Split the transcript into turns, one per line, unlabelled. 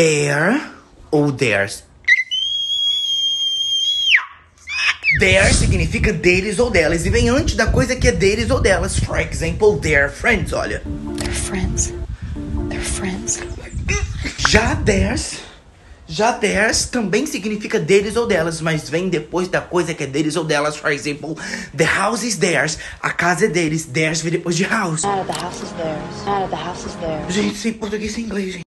There ou theirs? Their significa deles ou delas. E vem antes da coisa que é deles ou delas. For example, their friends, olha.
They're friends. They're friends.
Já theirs. Já theirs também significa deles ou delas, mas vem depois da coisa que é deles ou delas. For example, the house is theirs. A casa é deles. Theirs vem depois de house.
Out of the house is theirs. Out of the house is theirs.
Gente, sem português e inglês, gente.